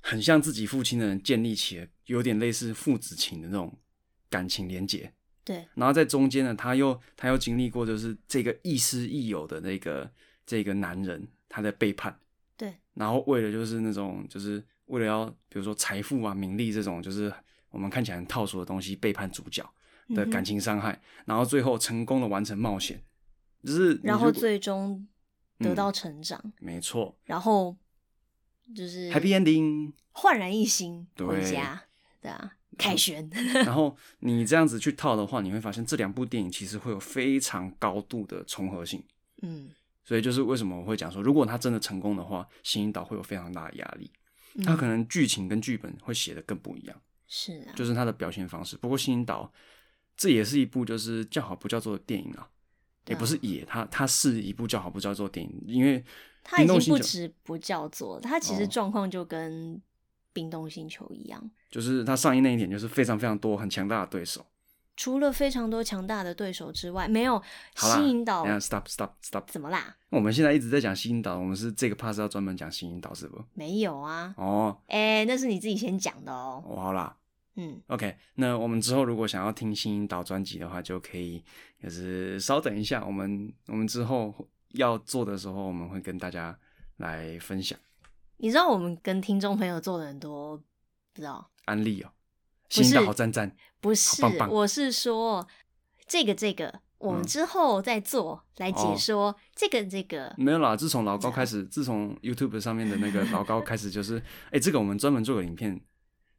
S1: 很像自己父亲的人建立起了有点类似父子情的那种感情连结。
S2: 对，
S1: 然后在中间呢，他又他又经历过就是这个亦师亦友的那个这个男人他的背叛，
S2: 对，
S1: 然后为了就是那种就是为了要比如说财富啊、名利这种就是我们看起来很套俗的东西背叛主角的
S2: 嗯哼
S1: 感情伤害，然后最后成功的完成冒险，就是你
S2: 然后
S1: 如果
S2: 最终
S1: 嗯
S2: 得到成长，
S1: 没错
S2: 然后就是
S1: ，Happy Ending。
S2: 焕然一新
S1: 对嗯
S2: 回家，对啊，凯旋，
S1: 然后你这样子去套的话，你会发现这两部电影其实会有非常高度的重合性。
S2: 嗯，
S1: 所以就是为什么我会讲说，如果他真的成功的话，《星星岛》会有非常大的压力，
S2: 嗯
S1: 他可能剧情跟剧本会写的更不一样。
S2: 是啊，
S1: 就是他的表现方式。不过《星星岛》这也是一部就是叫好不叫座的电影啊，也
S2: 对啊
S1: 不是也，它它是一部叫好不叫座的电影，因为
S2: 他
S1: 冰
S2: 已
S1: 冻
S2: 经
S1: 星
S2: 不
S1: 球
S2: 止不叫做，他其实
S1: 哦
S2: 状况就跟冰冻星球一样，
S1: 就是它上映那一点就是非常非常多很强大的对手。
S2: 除了非常多强大的对手之外，没有
S1: 好啦，
S2: 吸引到
S1: 等一下 stop stop stop，
S2: 怎么啦？
S1: 我们现在一直在讲《星星岛》，我们是这个 pass 要专门讲《星星岛》是不？
S2: 没有啊，
S1: 哦，
S2: 哎、那是你自己先讲的哦。
S1: 哦好啦，
S2: 嗯，
S1: OK，那我们之后如果想要听《星星岛》专辑的话，就可以就是稍等一下，我们我们之后要做的时候，我们会跟大家来分享
S2: 你知道我们跟听众朋友做了很多，不知道
S1: 安利哦。
S2: 不
S1: 星星岛
S2: 是
S1: 好赞赞，
S2: 不是，
S1: 棒棒
S2: 我是说这个这个，我们
S1: 嗯
S2: 之后再做、来
S1: 哦
S2: 解说、这个这个。
S1: 没有啦，自从老高开始，自从 YouTube 上面的那个老高开始，就是哎、这个我们专门做个影片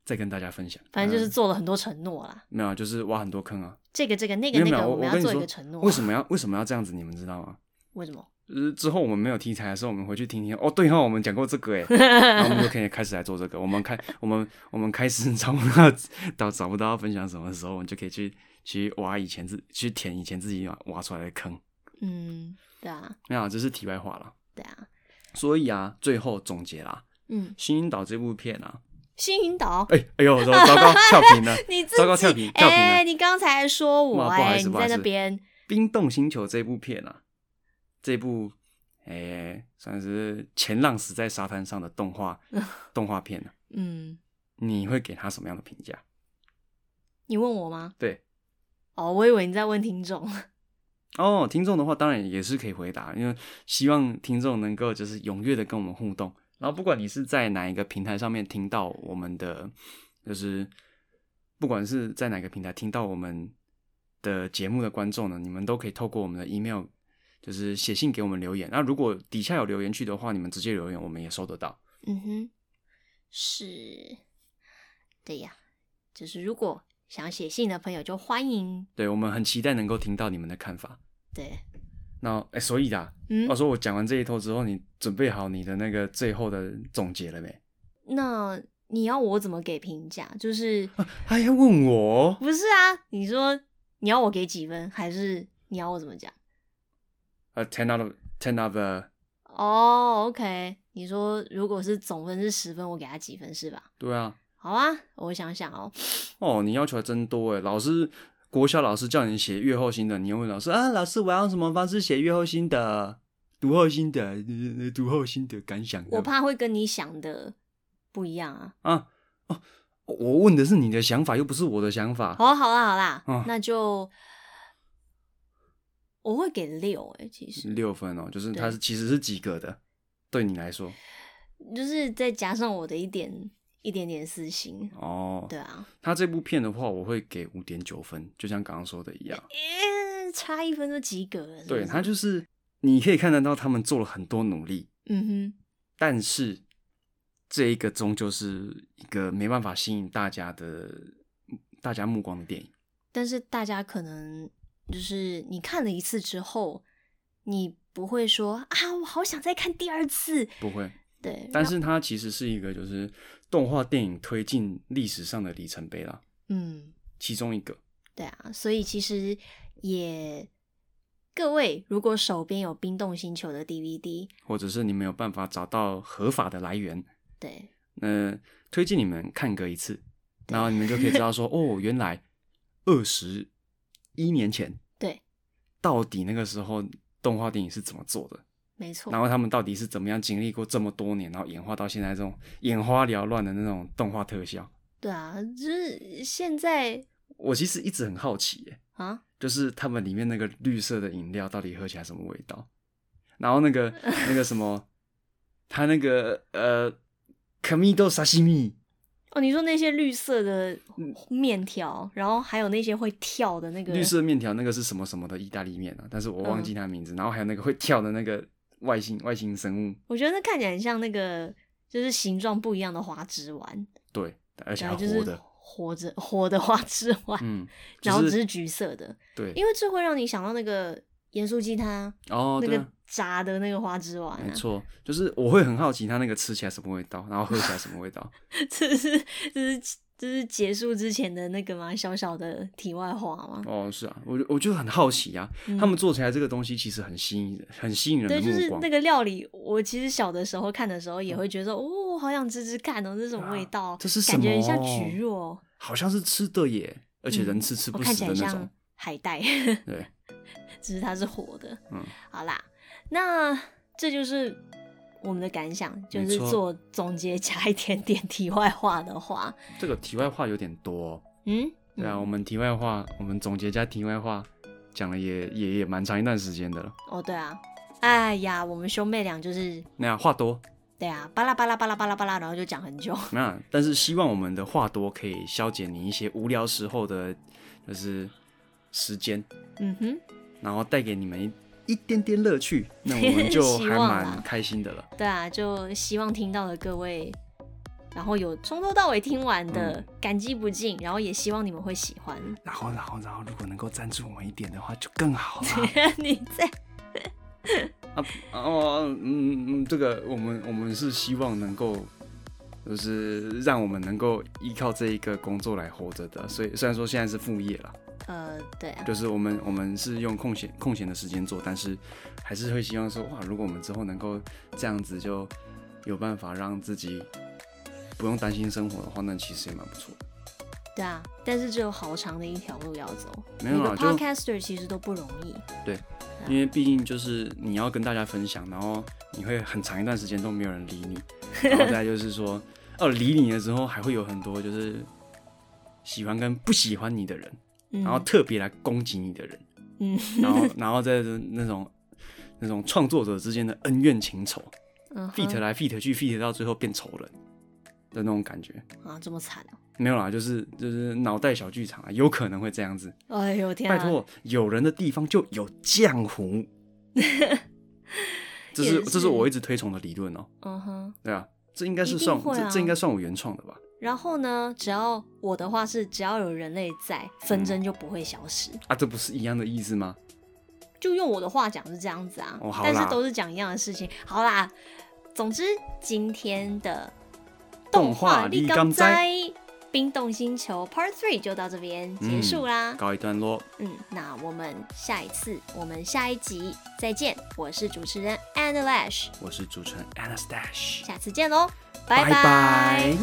S1: 再跟大家分享。
S2: 反正就是
S1: 嗯
S2: 做了很多承诺啦，
S1: 没有啊，就是挖很多坑啊。
S2: 这个这个那
S1: 没
S2: 个
S1: 有
S2: 那
S1: 没有，
S2: 个，
S1: 我跟
S2: 们要
S1: 你
S2: 做一
S1: 说
S2: 个承诺。啊
S1: 为什么要为什么要这样子？你们知道吗？
S2: 为什么？
S1: 就是之后我们没有题材的时候，我们回去听听。哦，对哈、我们讲过这 个哎，然后我们就可以开始来做这个。我们开我们我们开始找不到到找不到要分享什么的时候，我们就可以去去挖以前自去填以前自己挖挖出来的坑。
S2: 嗯，对啊，
S1: 没有啊，这是题外话了。
S2: 对啊，
S1: 所以啊，最后总结啦，《
S2: 嗯，
S1: 星星岛》这部片啊，
S2: 新引导，
S1: 哎哎呦，糟糟糕，跳屏 了。
S2: 你自
S1: 糟糕跳
S2: 己
S1: 屏
S2: 哎
S1: 跳屏了
S2: 你刚才还说我
S1: 哇不好意
S2: 哎，
S1: 思
S2: 你
S1: 不好意
S2: 在
S1: 思
S2: 那边
S1: 《冰冻星球》这部片啊，这部哎、算是前浪死在沙滩上的动 画动画片啊，
S2: 嗯，
S1: 你会给他什么样的评价？
S2: 你问我吗？
S1: 对，
S2: 哦，我以为你在问听众。
S1: 哦，听众的话当然也是可以回答，因为希望听众能够就是踊跃的跟我们互动。然后不管你是在哪一个平台上面听到我们的，就是不管是在哪个平台听到我们的节目的观众呢，你们都可以透过我们的 email，就是写信给我们留言。那如果底下有留言区的话，你们直接留言，我们也收得到。
S2: 嗯哼，是，对呀，就是如果想写信的朋友，就欢迎。
S1: 对我们很期待能够听到你们的看法。
S2: 对，
S1: 那哎，所以啦，
S2: 嗯
S1: 话、，说我讲完这一套之后，你准备好你的那个最后的总结了没？
S2: 那你要我怎么给评价？就是
S1: 啊还要问我？
S2: 不是啊？你说你要我给几分，还是你要我怎么讲？
S1: 呃，ten out of ten out of，
S2: 哦，OK，你说如果是总分是十分，我给他几分是吧？
S1: 对啊，
S2: 好啊，我想想哦，
S1: 哦，你要求还真多诶，老师，国小老师叫你写阅后心得，你又问老师啊，老师我要用什么方式写阅后心得？读后心得，呃读后心得感想。
S2: 我怕会跟你想的不一样啊。
S1: 啊，哦，我问的是你的想法，又不是我的想法。
S2: 好啊，好啦，好啦，
S1: 嗯
S2: 那就我会给六哎、其实
S1: 六分哦，就是它
S2: 对
S1: 是其实是及格的，对你来说。
S2: 就是再加上我的一点一点点私心，
S1: 哦，
S2: 对啊，
S1: 他这部片的话，我会给五点九分，就像刚刚说的一样。
S2: 诶差一分就及格了是不
S1: 对，
S2: 是
S1: 他就是你可以看得到他们做了很多努力，
S2: 嗯哼，
S1: 但是这一个终究是一个没办法吸引大家的大家目光的电影。
S2: 但是大家可能就是你看了一次之后，你不会说啊，我好想再看第二次，
S1: 不会，
S2: 对，
S1: 但
S2: 让
S1: 是它其实是一个就是动画电影推进历史上的里程碑啦，
S2: 嗯。
S1: 其中一个。
S2: 对啊，所以其实也各位，如果手边有《冰冻星球》的 DVD，
S1: 或者是你没有办法找到合法的来源，
S2: 对
S1: 呃，推荐你们看个一次，然后你们就可以知道 说，哦，原来二十一年前
S2: 对，
S1: 到底那个时候动画电影是怎么做的。
S2: 没错
S1: 然，后他们到底是怎么样经历过这么多年，然后演化到现在这种眼花缭乱的那种动画特效？
S2: 对啊，就是现在
S1: 我其实一直很好奇耶，
S2: 啊，
S1: 就是他们里面那个绿色的饮料到底喝起来什么味道？然后那 个那个什么，他那个呃，可米豆沙西米，
S2: 哦，你说那些绿色的面条，然后还有那些会跳的那
S1: 嗯
S2: 个
S1: 呃绿，色面条那个是什么什么的意大利面啊？但是我忘记它名字。然后还有那个会跳的那个外星外星生物，
S2: 我觉得那看起来很像那个就是形状不一样的花枝丸，
S1: 对，而且
S2: 对
S1: 还
S2: 啊，就
S1: 活
S2: 是
S1: 的，
S2: 活着活的花枝丸，
S1: 嗯，就
S2: 然后只是橘色的，
S1: 对，
S2: 因为这会让你想到那个盐酥鸡摊，
S1: 哦，
S2: 那
S1: 对啊
S2: 个炸的那个花枝丸、
S1: 没
S2: 啊，
S1: 错，就是我会很好奇它那个吃起来什么味道，然后喝起来什么味道。
S2: 这是这是这是结束之前的那个吗？小小的题外话吗？
S1: 哦，是啊，我就我就很好奇啊，他们做起来这个东西其实很吸引人，很吸引人的
S2: 嗯对，就
S1: 目
S2: 是
S1: 光。
S2: 那个料理，我其实小的时候看的时候也会觉得，哦，好想吃吃看哦，这是什么味道？
S1: 啊这是什
S2: 感觉很像
S1: 么
S2: 菊肉，
S1: 好像是吃的耶，而且人吃吃
S2: 嗯我
S1: 不
S2: 看
S1: 死
S2: 起
S1: 的
S2: 来
S1: 那
S2: 像
S1: 种。
S2: 海带，
S1: 对，
S2: 只是它是活的。
S1: 嗯，
S2: 好啦，那这就是我们的感想，就
S1: 没
S2: 是
S1: 错
S2: 做总结加一点点题外话的话，
S1: 这个题外话有点多、哦。
S2: 嗯，
S1: 对啊，
S2: 嗯
S1: 我们题外话，我们总结加题外话讲了也也也蛮长一段时间的了。
S2: 哦，对啊，哎呀，我们兄妹俩就是。
S1: 那样话多，
S2: 对啊，巴拉巴拉巴拉巴拉巴拉，然后就讲很久。
S1: 那但是希望我们的话多可以消解你一些无聊时候的，就是时间，
S2: 嗯哼，
S1: 然后带给你们一一点点乐趣，那我们就
S2: 希
S1: 还
S2: 望啦
S1: 蛮开心的了。
S2: 对啊，就希望听到的各位，然后有从头到尾听完的，感激不尽，然后也希望你们会喜欢。
S1: 然后，然后，然后，如果能够赞助我们一点的话，就更好了。
S2: 你在
S1: 哦，嗯嗯，这个我们我们是希望能够，就是让我们能够依靠这一个工作来活着的。所以虽然说现在是副业了，
S2: 呃，对啊，
S1: 就是我们我们是用空闲空闲的时间做，但是还是会希望说，哇，如果我们之后能够这样子就有办法让自己不用担心生活的话，那其实也蛮不错的。
S2: 对啊，但是只有好长的一条路要走。
S1: 没有
S2: 每
S1: 啦
S2: 个
S1: 就
S2: podcaster 其实都不容易。
S1: 因为毕竟就是你要跟大家分享，然后你会很长一段时间都没有人理 你，然后再就是说，哦，理你的时候还会有很多就是喜欢跟不喜欢你的人，
S2: 嗯，
S1: 然后特别来攻击你的人，
S2: 嗯，
S1: 然后然后再就是那种那种创作者之间的恩怨情仇。
S2: 嗯
S1: fit
S2: 哼
S1: 来 fit 去，fit 到最后变仇人的那种感觉。
S2: 啊，这么惨哦、
S1: 没有啦，就是就是脑袋小剧场啊，有可能会这样子。
S2: 哎呦天啊！
S1: 拜托，有人的地方就有浆糊， 这
S2: 也
S1: 是
S2: 是
S1: 这是我一直推崇的理论哦、
S2: 嗯哼。
S1: 对啊，这应该是
S2: 一定
S1: 算、
S2: 会啊
S1: 这这应该算我原创的吧？
S2: 然后呢，只要我的话是，只要有人类在，纷争就不会消失。
S1: 啊，这不是一样的意思吗？
S2: 就用我的话讲是这样子啊，
S1: 哦好啦
S2: 但是都是讲一样的事情。好啦，总之今天的
S1: 动画立
S2: 立
S1: 刚
S2: 斋冰冻星球 Part Three 就到这边
S1: 嗯
S2: 结束啦。
S1: 告一段落，
S2: 嗯那我们下一次，我们下一集再见。我是主持人 Anna Lash，
S1: 我是主持人 Anastash，
S2: 下次见喽，拜
S1: 拜